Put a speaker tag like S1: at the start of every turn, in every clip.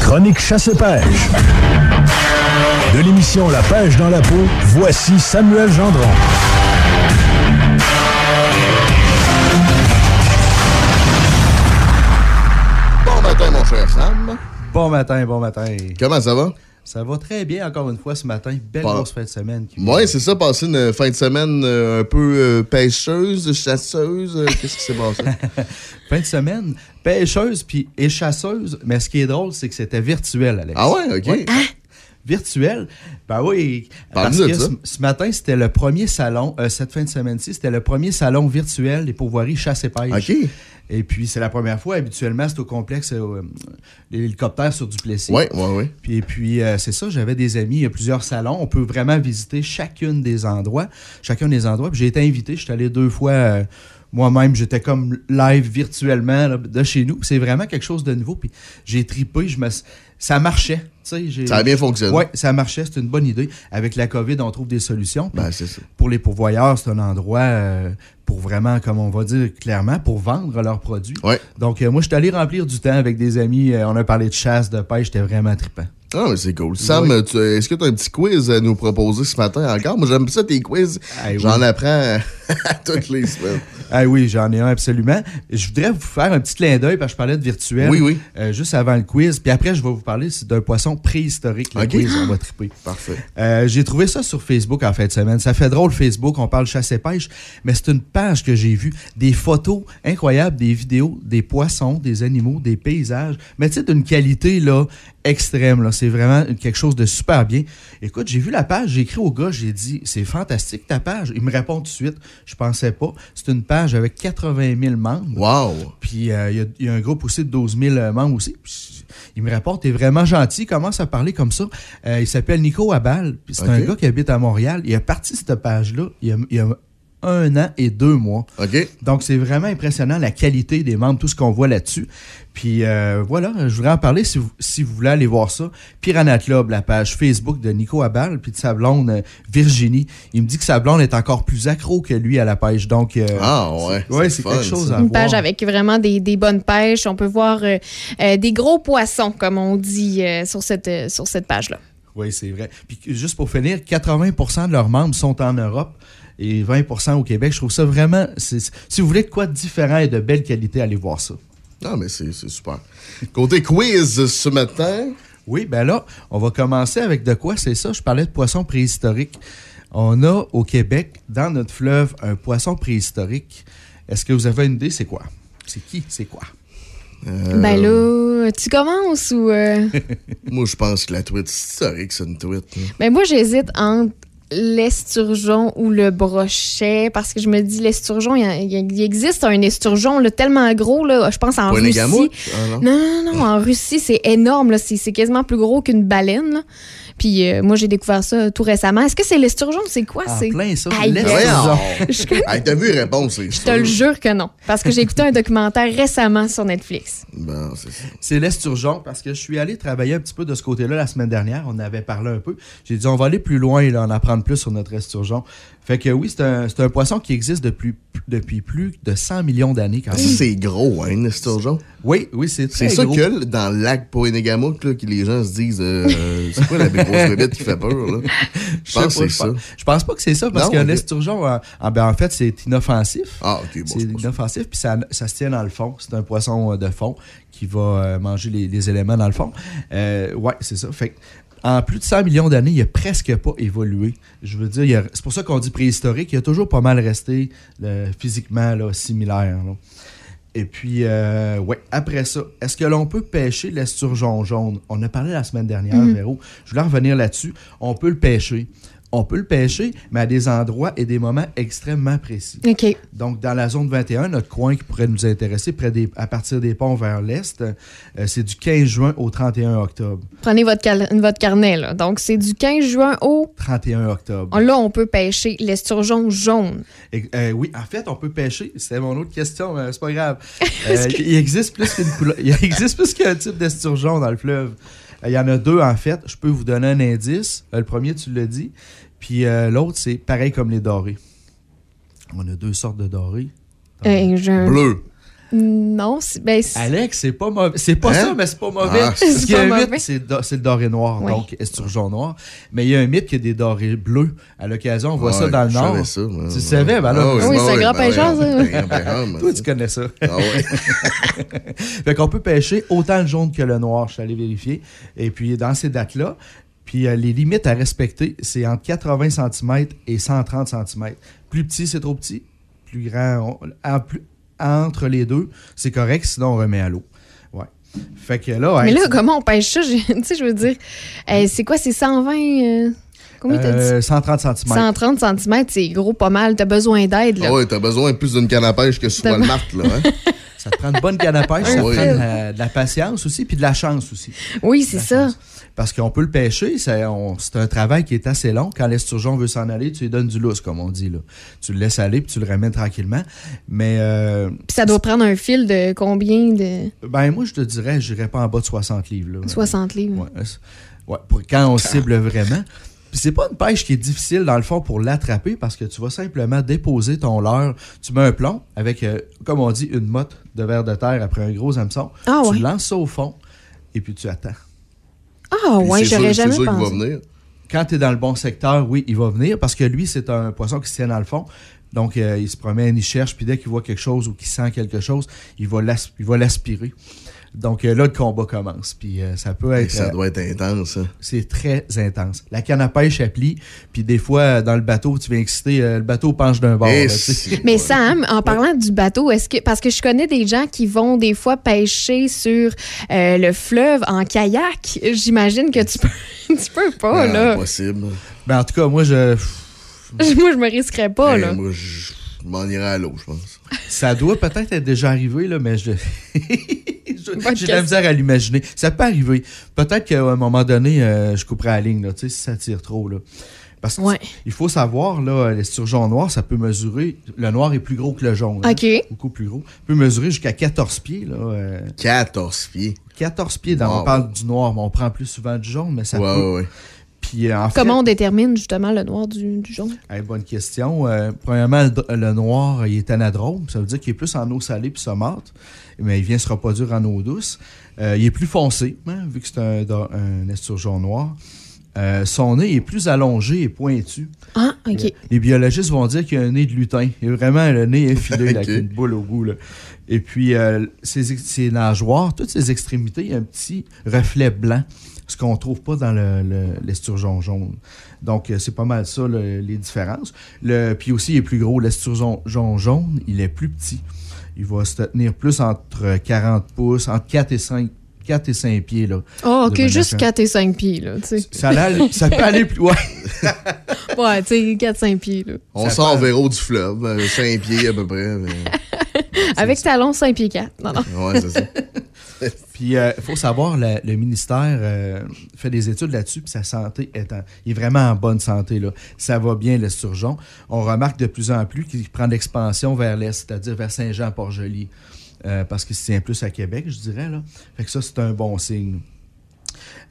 S1: chronique chasse-pêche. De l'émission La pêche dans la peau, voici Samuel Gendron.
S2: Bon matin, mon cher Sam.
S3: Bon matin, bon matin.
S2: Comment ça va?
S3: Ça va très bien encore une fois ce matin. Belle
S2: Pas-
S3: grosse fin de semaine. qui-
S2: Oui, c'est ça, passer une fin de semaine euh, un peu euh, pêcheuse, chasseuse. euh, Qu'est-ce qui s'est passé?
S3: Fin de semaine, pêcheuse puis et chasseuse. Mais ce qui est drôle, c'est que c'était virtuel, Alex.
S2: Ah ouais, ok.
S3: Virtuel? Ben oui.
S2: Parle-nous
S3: Parce
S2: de
S3: que
S2: ça.
S3: ce, ce matin, c'était le premier salon, euh, cette fin de semaine-ci, c'était le premier salon virtuel des pourvoiries chasse et pêche.
S2: Ok.
S3: Et puis, c'est la première fois. Habituellement, c'est au complexe euh, l'hélicoptère sur Duplessis.
S2: Oui, oui, oui.
S3: Puis, et puis euh, c'est ça, j'avais des amis, il y a plusieurs salons. On peut vraiment visiter chacune des endroits. Chacun des endroits. Puis j'ai été invité, je suis allé deux fois euh, moi-même, j'étais comme live virtuellement là, de chez nous. C'est vraiment quelque chose de nouveau. Puis j'ai tripé, je me... ça marchait. tu sais, j'ai-
S2: Ça a bien fonctionné.
S3: Ouais, ça marchait, c'est une bonne idée. Avec la COVID, on trouve des solutions. Puis
S2: Ben, c'est ça.
S3: pour les pourvoyeurs, c'est un endroit euh, pour vraiment, comme on va dire clairement, pour vendre leurs produits.
S2: Ouais.
S3: Donc, euh, moi, je suis allé remplir du temps avec des amis. Euh, on a parlé de chasse, de pêche, j'étais vraiment trippant.
S2: Ah, mais c'est cool. Sam, tu- est-ce que tu as un petit quiz à nous proposer ce matin encore? Moi, j'aime ça, tes quiz.
S3: Eh oui.
S2: J'en apprends toutes les semaines.
S3: Ah oui, j'en ai un absolument. Je voudrais vous faire un petit clin d'œil parce que je parlais de virtuel.
S2: Oui, oui.
S3: euh, juste avant le quiz. Puis après, je vais vous parler c'est d'un poisson préhistorique. Le
S2: Ok.
S3: quiz, on va triper.
S2: Parfait.
S3: Euh, j'ai trouvé ça sur Facebook en fin de semaine. Ça fait drôle Facebook, on parle chasse et pêche, mais c'est une page que j'ai vue. Des photos incroyables, des vidéos, des poissons, des animaux, des paysages. Mais tu sais, d'une qualité là, extrême. Là. C'est vraiment quelque chose de super bien. Écoute, j'ai vu la page, j'ai écrit au gars, j'ai dit C'est fantastique ta page. Il me répond tout de suite. Je pensais pas. C'est une page avec 80 000 membres.
S2: Wow.
S3: Puis euh, il y a- il y, a un groupe aussi de 12 000 euh, membres aussi. Puis, il me rapporte, t'es vraiment gentil, il commence à parler comme ça. Euh, il s'appelle Nico Abal. Puis c'est un
S2: Ok.
S3: gars qui habite à Montréal. Il a parti cette page-là il y a, il y a un an et deux mois.
S2: OK.
S3: Donc, c'est vraiment impressionnant la qualité des membres, tout ce qu'on voit là-dessus. Puis euh, voilà, je voudrais en parler si vous, si vous voulez aller voir ça. Piranha Club, la page Facebook de Nico Abal, puis de sa blonde euh, Virginie. Il me dit que sa blonde est encore plus accro que lui à la pêche. Donc, euh,
S2: Ah, ouais.
S3: ouais,
S2: C'est
S3: c'est
S2: fun,
S3: quelque chose à
S4: Une
S3: voir.
S4: page avec vraiment des, des bonnes pêches. On peut voir euh, euh, des gros poissons, comme on dit euh, sur cette, euh, sur cette page-là.
S3: Oui, c'est vrai. Puis que- juste pour finir, 80 de leurs membres sont en Europe et 20 au Québec. Je trouve ça vraiment. c'est- c'est- Si vous voulez de quoi de différent et de belle qualité, allez voir ça.
S2: Non, Ah, mais c'est c'est super. Côté quiz ce matin.
S3: Oui, ben là, on va commencer avec de quoi c'est ça. Je parlais de poissons préhistoriques. On a au Québec, dans notre fleuve, un poisson préhistorique. Est-ce que vous avez une idée, c'est quoi? C'est qui? C'est quoi?
S4: Ben là, tu commences ou. euh?
S2: Moi, je pense que la tweet historique, c'est une tweet. hein. là.
S4: ben moi, j'hésite entre l'esturgeon ou le brochet parce que je me dis l'esturgeon, il, y a- il y a- il existe un esturgeon là, tellement gros, là, je pense en
S2: Pas une
S4: Russie.
S2: gamoute? Ah, non.
S4: Non, non, non, en Russie, c'est énorme. là. C'est c'est quasiment plus gros qu'une baleine. là. Puis euh, moi, j'ai découvert ça tout récemment. Est-ce que c'est l'esturgeon? C'est quoi?
S3: En
S4: c'est
S3: plein ça,
S4: Aïe,
S3: laisse
S2: Voyons.
S4: Je connais-
S2: Hey, T'as vu les réponses, c'est
S4: Je te le jure que non. Parce que j'ai écouté un documentaire récemment sur Netflix.
S2: Bon, c'est ça.
S3: C'est l'esturgeon parce que je suis allé travailler un petit peu de ce côté-là la semaine dernière. On avait parlé un peu. J'ai dit, on va aller plus loin là, en apprendre plus sur notre esturgeon. Fait que oui, c'est un, c'est un poisson qui existe depuis, depuis plus de 100 millions d'années quand même.
S2: Ah, C'est gros, hein, un esturgeon.
S3: Oui, oui, c'est très
S2: C'est ça
S3: gros.
S2: que le- dans le lac Poénégamouk, là, que les gens se disent euh, euh, c'est quoi la grosse bébête qui fait peur, là? Je
S3: sais
S2: pense
S3: pas,
S2: que c'est ça.
S3: pense- Je pense pas que c'est ça parce
S2: Non,
S3: que
S2: ok.
S3: l'esturgeon, en, en- ben, en fait, c'est inoffensif.
S2: Ah, ok, bon.
S3: c'est
S2: c'est pas ça.
S3: inoffensif, puis ça, ça se tient dans le fond. C'est un poisson euh, de fond qui va euh, manger les, les éléments dans le fond. Euh, ouais, c'est ça. Fait que, en plus de 100 millions d'années, il a presque pas évolué. Je veux dire, il a- c'est pour ça qu'on dit préhistorique. Il a toujours pas mal resté euh, physiquement là, similaire. là. Et puis, euh, ouais, après ça, est-ce que l'on peut pêcher l'esturgeon jaune? On a parlé la semaine dernière, Véro. Je voulais revenir là-dessus. On peut le pêcher. On peut le pêcher, mais à des endroits et des moments extrêmement précis.
S4: OK.
S3: Donc, dans la zone 21, notre coin qui pourrait nous intéresser, près des, à partir des ponts vers l'est, euh, c'est du 15 juin au 31 octobre.
S4: Prenez votre, cal- votre carnet. Là. Donc, c'est du 15 juin au...
S3: 31 octobre.
S4: on- Là, on peut pêcher l'esturgeon jaune.
S3: Et- euh, oui, en fait, on peut pêcher. C'est mon autre question, mais c'est pas grave. Euh, il existe plus qu'une couleur. Il existe plus qu'un type d'esturgeon dans le fleuve. Euh, Il y en a deux, en fait. Je peux vous donner un indice. Euh, Le premier, tu l'as dit. Puis euh, l'autre, c'est pareil comme les dorés. On a deux sortes de dorés.
S4: Euh, j'ai un-
S2: Bleu.
S4: Non, c'est- ben, c'est-
S3: Alex, c'est pas mauvais. C'est pas
S2: Hein?
S3: ça, mais c'est pas mauvais.
S2: Ah,
S4: c'est-
S3: Ce qu'il y a
S4: C'est pas
S3: un mythe,
S4: mauvais.
S3: c'est do- c'est le doré noir,
S4: Oui.
S3: donc esturgeon noir. Mais il y a un mythe qu'il y a des dorés bleus. À l'occasion, on voit ça
S2: Ouais,
S3: dans le
S2: je
S3: Nord.
S2: savais ça, moi.
S3: Tu savais, ben là,
S2: Ah
S4: Oui,
S2: ben
S4: c'est un grand
S2: ben
S4: pêcheur, ça.
S2: un grand pêcheur, mais
S3: Toi, tu connais ça.
S2: Ah ouais.
S3: Fait qu'on peut pêcher autant le jaune que le noir, je suis allé vérifier. Et puis, dans ces dates-là, puis euh, les limites à respecter, c'est entre 80 cm et 130 cm. Plus petit, c'est trop petit. Plus grand, on- en plus- entre les deux, c'est correct, sinon on remet à l'eau. Ouais. Fait que là,
S4: Mais
S3: hey,
S4: là,
S3: tu-
S4: comment on pêche ça? J'ai- Tu sais, je veux dire, euh, c'est quoi, c'est 120... euh, Combien t'as dit?
S3: euh, 130 cm.
S4: 130 cm, c'est gros pas mal. T'as besoin d'aide, là.
S2: Ah ouais, t'as besoin plus d'une canne à pêche que sur
S4: T'as-
S2: Walmart, là. Hein?
S3: Ça te prend une bonne canne à pêche, ça te prend
S2: Oui.
S3: euh, de la patience aussi, puis de la chance aussi.
S4: Oui, c'est
S3: la
S4: ça.
S3: chance. Parce qu'on peut le pêcher, ça- on- c'est un travail qui est assez long. Quand l'esturgeon veut s'en aller, tu lui donnes du lousse, comme on dit. Là. Tu le laisses aller, puis tu le ramènes tranquillement. Mais euh,
S4: Puis ça doit prendre un fil de combien de...
S3: ben moi, je te dirais, je n'irais pas en bas de 60 livres. Là.
S4: 60 livres.
S3: Ouais, euh, c'est- ouais, pour quand on cible vraiment. Puis c'est pas une pêche qui est difficile dans le fond pour l'attraper parce que tu vas simplement déposer ton leurre. Tu mets un plomb avec, euh, comme on dit, une motte de verre de terre après un gros hameçon.
S4: Ah
S3: tu
S4: ouais.
S3: lances ça au fond et puis tu attends.
S4: Ah
S2: Puis
S4: ouais,
S2: c'est sûr-
S4: j'aurais jamais
S2: C'est sûr qu'il va
S4: pensé.
S2: venir.
S3: Quand tu es dans le bon secteur, oui, il va venir parce que lui, c'est un poisson qui se tient dans le fond. Donc, euh, il se promène, il cherche, puis dès qu'il voit quelque chose ou qu'il sent quelque chose, il va l'as- il va l'aspirer. Donc euh, là, le combat commence. Puis euh, ça peut
S2: Et
S3: être.
S2: Ça
S3: euh,
S2: doit être intense. hein.
S3: C'est très intense. La canne à pêche, elle plie. Puis des fois, euh, dans le bateau, tu viens exciter, euh, le bateau penche d'un bord.
S2: Eh,
S3: là, ben, tu sais.
S2: si.
S4: Mais Sam, en parlant du bateau, est-ce que parce que je connais des gens qui vont des fois pêcher sur euh, le fleuve en kayak, j'imagine que tu peux, tu peux pas
S2: Ah,
S4: Oh, là.
S2: Impossible.
S3: Mais en tout cas, moi, je,
S4: Moi, je me risquerais pas
S2: Eh,
S4: Oh, là.
S2: Moi, je je m'en irai à l'eau, je pense.
S3: ça doit peut-être être déjà arrivé, là, mais je. je- J'ai de
S4: question.
S3: la misère à l'imaginer. Ça peut arriver. Peut-être qu'à un moment donné, euh, je couperai la ligne, là, tu sais, si ça tire trop. Là. Parce que
S4: Ouais.
S3: il faut savoir, là, euh, l'esturgeon noir, ça peut mesurer. Le noir est plus gros que le jaune. hein.
S4: Ok.
S3: Beaucoup plus gros. peut mesurer jusqu'à 14 pieds. Là, euh,
S2: 14 pieds.
S3: 14 pieds, dans,
S2: Wow.
S3: on parle du noir, mais on prend plus souvent du jaune, mais ça
S2: Ouais,
S3: peut
S2: ouais, ouais.
S3: Puis, euh, en fait-
S4: Comment on détermine justement le noir du, du jaune?
S3: Eh, bonne question. Euh, premièrement, le, dr- le noir, euh, il est anadrome. Ça veut dire qu'il est plus en eau salée puis saumâtre, mais il vient se reproduire en eau douce. Euh, il est plus foncé, hein, vu que c'est un, dor- un esturgeon noir. Euh, son nez est plus allongé et pointu.
S4: Ah,
S2: Euh,
S4: ok.
S3: Les biologistes vont dire qu'il y a un nez de lutin. Il a vraiment le nez effilé là,
S2: Ok.
S3: avec une boule au bout. là. Et puis, euh, ses, ex- ses nageoires, toutes ses extrémités, il y a un petit reflet blanc, ce qu'on trouve pas dans le- le- l'esturgeon jaune. Donc, euh, c'est pas mal ça, le- les différences. Le, puis aussi, il est plus gros. L'esturgeon jaune, jaune, il est plus petit. Il va se tenir plus entre 40 pouces, entre 4 et 5, 4 et 5 pieds. Là.
S4: Ah,
S3: De
S4: ok,
S3: bonne
S4: juste
S3: affaire.
S4: 4 et 5 pieds là, tu sais.
S3: Ça, l'a- ça peut aller plus loin.
S4: Ouais, tu sais, 4-5 pieds là.
S2: On
S3: Ça
S2: sort
S3: parle.
S2: vers haut du fleuve, euh, 5 pieds à peu près. mais-
S4: Avec talons 5 pieds 4. Non, non.
S2: Ouais, c'est ça.
S3: Puis il faut savoir, la- le ministère euh, fait des études là-dessus, puis sa santé est, en- il est vraiment en bonne santé. Là. Ça va bien, l'esturgeon. On remarque de plus en plus qu'il prend de l'expansion vers l'est, c'est-à-dire vers Saint-Jean-Port-Joli, euh, parce qu'il se tient plus à Québec, je dirais. Là. Fait que ça, c'est un bon signe.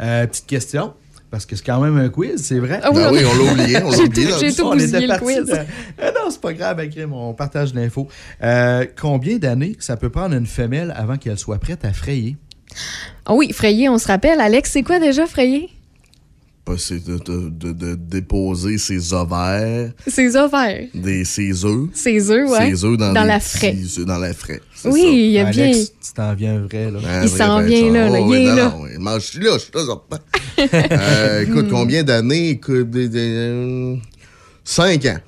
S3: Euh, petite question, parce que c'est quand même un quiz, c'est vrai.
S4: Ah
S2: Ben
S4: on-
S2: oui, on l'a oublié. On l'a
S4: J'ai
S2: oublié.
S4: tout-
S2: dans
S4: j'ai
S2: le-
S4: tout-
S3: On
S4: bousillé
S3: était
S4: le
S3: parti
S4: quiz.
S3: de- Ah non, c'est pas grave, avec on partage l'info. Euh, combien d'années ça peut prendre une femelle avant qu'elle soit prête à frayer?
S4: Ah oui, frayer, on se rappelle. Alex, c'est quoi déjà frayer?
S2: Pas- C'est de, de- de- de déposer ses ovaires,
S4: Ses ovaires.
S2: des, ses œufs.
S4: Ses œufs, ouais.
S2: Ses œufs dans,
S4: Dans
S2: des
S4: la
S2: petits-
S4: fraie.
S2: c'est Dans la fraie. c'est
S4: Oui, il y a
S3: Alex,
S4: bien.
S3: tu t'en viens vrai, là.
S2: ça. Un
S4: il
S2: vrai
S4: s'en
S2: bête,
S4: vient,
S2: ça.
S4: là, là,
S2: Oh,
S4: il
S2: oui,
S4: est
S2: non,
S4: là. Hmm.
S2: non, oui. Mange- je suis là, je suis là, ça repart. Euh, Écoute, combien d'années? Écoute, des- des- euh, Cinq ans.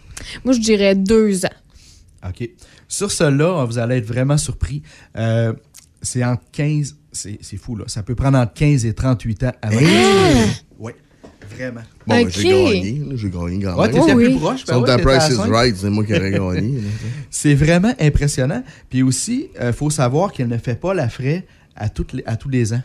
S4: Moi, je dirais 2 ans.
S3: OK. Sur cela, vous allez être vraiment surpris. Euh, c'est entre 15... C'est c'est fou, là. Ça peut prendre entre 15 et 38 ans avant... Oui, vraiment.
S2: Bon, ben,
S4: Ok.
S2: j'ai gagné. là, J'ai gagné quand
S3: Ouais,
S2: même.
S3: t'étais
S4: Oh oui.
S3: plus proche.
S2: Ils
S3: ben
S2: sont
S3: ouais,
S2: à
S3: t'étais
S2: Price is
S3: cinq.
S2: Right, c'est moi qui aurais gagné. là.
S3: C'est vraiment impressionnant. Puis aussi, il faut savoir qu'elle ne fait pas la frais à, toutes les- à tous les ans.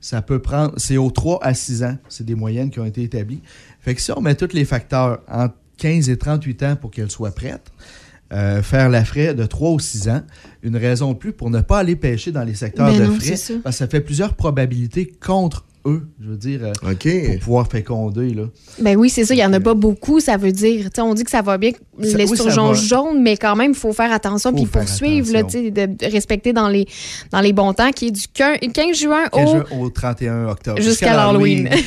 S3: Ça peut prendre, c'est aux 3 à 6 ans. C'est des moyennes qui ont été établies. Fait que si on met tous les facteurs entre 15 et 38 ans pour qu'elle soit prête, euh, faire la frais de 3 ou 6 ans, une raison de plus pour ne pas aller pêcher dans les secteurs
S4: Ben
S3: de
S4: non,
S3: frais,
S4: c'est ça.
S3: parce que ça fait plusieurs probabilités contre eux, je veux dire, euh,
S2: OK.
S3: pour pouvoir féconder. Là.
S4: Ben oui, c'est ça, il n'y en a pas beaucoup, ça veut dire. Tu sais, on dit que ça va bien,
S3: Ça- oui,
S4: l'esturgeon
S3: ça
S4: jaune, mais quand même, il faut faire attention
S3: Faut
S4: puis
S3: faire
S4: poursuivre, là, tu
S3: attention.
S4: sais, de de respecter dans les, dans les bons temps, qui est du 15, juin au.
S3: 15 juin euh, au 31 octobre.
S4: Oh! Jusqu'à l'Halloween.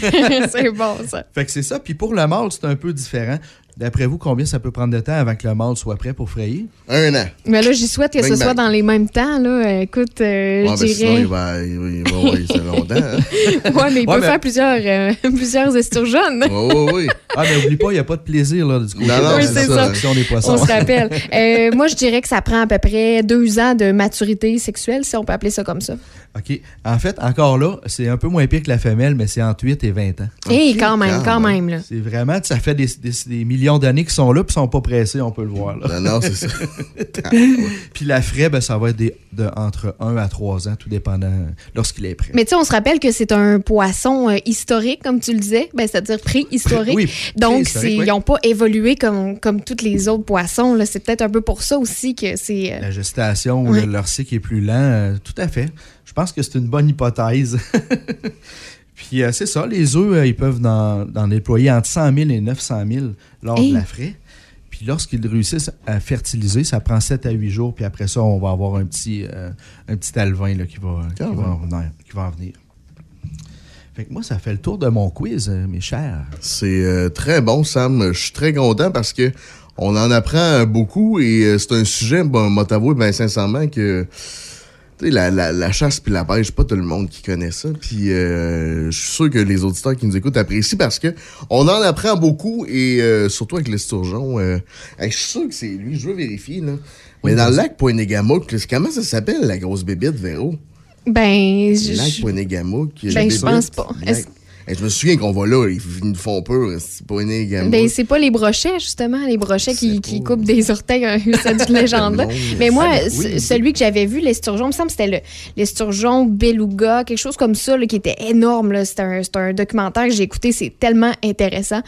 S4: c'est bon, ça.
S3: Fait que c'est ça. Puis pour le mâle, c'est un peu différent. D'après vous, combien ça peut prendre de temps avant que le mâle soit prêt pour frayer?
S2: Un an.
S4: Mais là, j'y souhaite que
S2: Bang,
S4: ce soit
S2: bang.
S4: dans les mêmes temps, là. Euh, Écoute, euh,
S2: Ouais, ben,
S4: je
S2: sinon,
S4: dirais.
S2: il va, il va, il va- ouais, c'est longtemps. Hein?
S4: Ouais, mais il
S3: Ouais,
S4: peut
S3: mais-
S4: faire plusieurs, euh, plusieurs esturgeons.
S2: Ouais, ouais, ouais.
S3: Ah, mais oublie pas, il n'y a pas de plaisir là, du côté
S2: Non,
S3: de
S2: non,
S3: la
S4: Oui, c'est ça.
S3: sélection des poissons.
S4: On se rappelle. Euh, moi, je dirais que ça prend à peu près deux ans de maturité sexuelle, si on peut appeler ça comme ça.
S3: OK. En fait, encore là, c'est un peu moins pire que la femelle, mais c'est entre 8 et 20 ans.
S4: Et Eh, quand même, quand
S2: quand
S4: même, là.
S3: C'est vraiment, ça fait des, des- des millions d'années qu'ils sont là puis ils sont pas pressés, on peut le voir. là.
S2: Non, non, c'est ça.
S3: Puis la fraie, ben, ça va être des- de, entre 1 à 3 ans, tout dépendant euh, lorsqu'il est prêt.
S4: Mais tu sais, on se rappelle que c'est un poisson euh, historique, comme tu le disais, ben, c'est-à-dire préhistorique.
S3: Oui,
S4: Donc,
S3: préhistorique,
S4: c'est-
S3: oui.
S4: ils n'ont pas évolué comme, comme tous les autres poissons. là. C'est peut-être un peu pour ça aussi que c'est. euh,
S3: La gestation ou
S4: Ouais.
S3: le- leur cycle est plus lent, euh, tout à fait. Je pense que c'est une bonne hypothèse. Puis euh, c'est ça, les œufs, euh, ils peuvent en, en déployer entre 100 000 et 900 000 lors
S4: Hey.
S3: de la fraie. Puis lorsqu'ils réussissent à fertiliser, ça prend 7 à 8 jours. Puis après ça, on va avoir un petit, euh, un petit alvin là, qui, va, qui, va
S2: Alvin.
S3: en venir, qui va en venir. Fait que moi, ça fait le tour de mon quiz, euh, mes chers.
S2: C'est euh, très bon, Sam. Je suis très content parce que on en apprend euh, beaucoup et euh, c'est un sujet, bon, moi t'avouer, ben, sincèrement, que tu sais, la, la, la chasse puis la pêche, pas tout le monde qui connaît ça. Puis euh, je suis sûr que les auditeurs qui nous écoutent apprécient parce que on en apprend beaucoup et euh, surtout avec l'esturgeon. Euh, hey, je suis sûr que c'est lui, je veux vérifier. Là. Mais dans le lac Poinégamouk, comment ça s'appelle la grosse bébite, Véro?
S4: Ben, je-
S2: Le lac
S4: je-
S2: Poinégamouk. euh,
S4: Ben, je
S2: bébite,
S4: pense pas.
S2: lac-
S4: Est-ce-
S2: Hey, Eh, je me souviens qu'on va là, ils nous font peur, hein, c'est Poinégamouk.
S4: ben, c'est pas les brochets, justement, les brochets qui,
S2: C'est
S4: qui
S2: pas-
S4: coupent des orteils, hein, cette légende-là.
S2: Non,
S4: Mais moi,
S2: ça-
S4: ce-
S2: oui.
S4: celui que j'avais vu, l'esturgeon, il me semble que c'était le- l'esturgeon beluga, quelque chose comme ça, là, qui était énorme. là. C'était un, c'était un documentaire que j'ai écouté, c'est tellement intéressant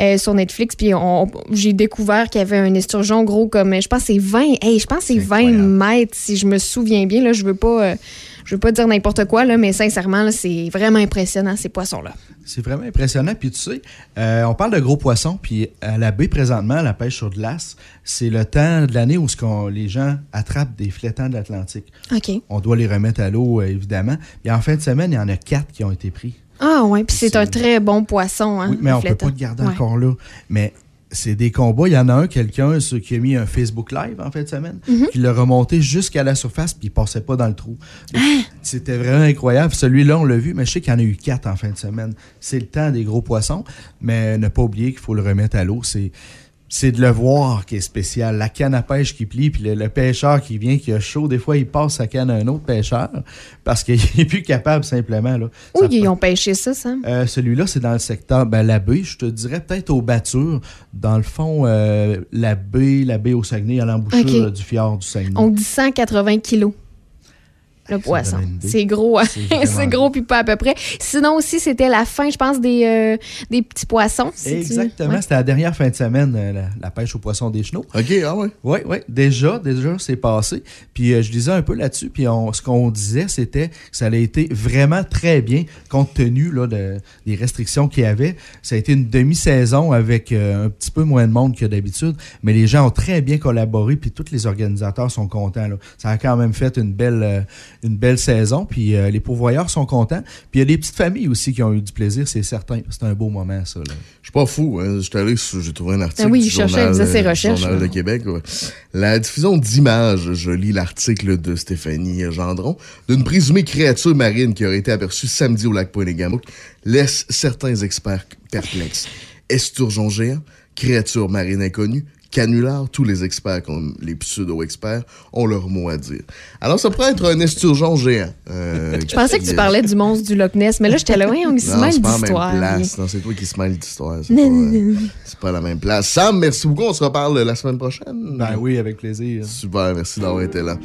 S4: euh, sur Netflix. Puis on- j'ai découvert qu'il y avait un esturgeon gros comme, je pense, que c'est 20, hey, je pense, que c'est
S3: C'est
S4: 20
S3: incroyable.
S4: mètres, si je me souviens bien. Là, je veux pas. euh, je veux pas dire n'importe quoi, là, mais sincèrement, là, c'est vraiment impressionnant, ces poissons-là.
S3: C'est vraiment impressionnant. Puis tu sais, euh, on parle de gros poissons, puis à la baie présentement, la pêche sur glace, c'est le temps de l'année où ce qu'on- les gens attrapent des flétans de l'Atlantique.
S4: OK.
S3: On doit les remettre à l'eau, euh, évidemment. Et en fin de semaine, il y en a quatre qui ont été pris.
S4: Ah ouais, puis c'est
S3: C'est-
S4: un très bon poisson. Hein,
S3: oui, mais
S4: le
S3: on peut
S4: flétan.
S3: pas le garder
S4: Ouais.
S3: encore là. Mais c'est des combats. Il y en a un, quelqu'un ce qui a mis un Facebook Live en fin de semaine,
S4: Mhm.
S3: qui l'a remonté jusqu'à la surface, puis il passait pas dans le trou. Donc,
S4: Ah.
S3: C'était vraiment incroyable. Celui-là, on l'a vu, mais je sais qu'il y en a eu quatre en fin de semaine. C'est le temps des gros poissons, mais ne pas oublier qu'il faut le remettre à l'eau. C'est. C'est de le voir qui est spécial. La canne à pêche qui plie, puis le, le pêcheur qui vient, qui a chaud. Des fois, il passe sa canne à un autre pêcheur parce qu'il n'est plus capable simplement. Là.
S4: Où
S3: Ça
S4: ils ont pêché ça, Sam?
S3: euh, Celui-là, c'est dans le secteur, ben, la baie, je te dirais peut-être aux battures. Dans le fond, euh, la baie, la baie au Saguenay, à l'embouchure
S4: Ok.
S3: là, du fjord du Saguenay.
S4: On dit 180 kilos. Le poisson.
S3: donne une idée.
S4: C'est gros. hein.
S3: C'est vraiment
S4: C'est gros, puis pas à peu près. Sinon aussi, c'était la fin, je pense, des, euh, des petits poissons. si tu-
S3: Exactement,
S4: Ouais.
S3: c'était la dernière fin de semaine, euh, la, la pêche aux poissons des chenaux.
S2: OK, ah ouais.
S3: Oui, oui, déjà, déjà, c'est passé. Puis euh, je lisais un peu là-dessus, puis on- ce qu'on disait, c'était que ça a été vraiment très bien, compte tenu là, de- des restrictions qu'il y avait. Ça a été une demi-saison avec euh, un petit peu moins de monde que d'habitude, mais les gens ont très bien collaboré, puis tous les organisateurs sont contents. là. Ça a quand même fait une belle, euh, une belle saison, puis euh, les pourvoyeurs sont contents. Puis il y a des petites familles aussi qui ont eu du plaisir, c'est certain. C'est un beau moment, ça. là.
S2: Je suis pas fou. Hein. J'étais allé, sur- j'ai trouvé un article.
S4: Ah oui,
S2: du
S4: il cherchait,
S2: journal,
S4: il faisait ses
S2: euh, du
S4: recherches,
S2: Journal de
S4: là.
S2: Québec. ouais. La diffusion d'images, je lis l'article de Stéphanie Gendron, d'une présumée créature marine qui aurait été aperçue samedi au lac Poinégamouk, laisse certains experts perplexes. Esturgeon géant, créature marine inconnue, canular, tous les experts, comme les pseudo-experts, ont leur mot à dire. Alors, ça pourrait être un esturgeon géant. euh,
S4: Je pensais que tu parlais du monstre du Loch Ness, mais là, j'étais là, ouais, on se
S2: Non,
S4: mêle
S2: c'est pas la
S4: d'histoire.
S2: même place. Non, c'est toi qui se mêle d'histoire. C'est pas, euh, c'est pas la même place. Sam, merci beaucoup. On se reparle la semaine prochaine.
S3: Ben oui, avec plaisir.
S2: Super, merci d'avoir été là.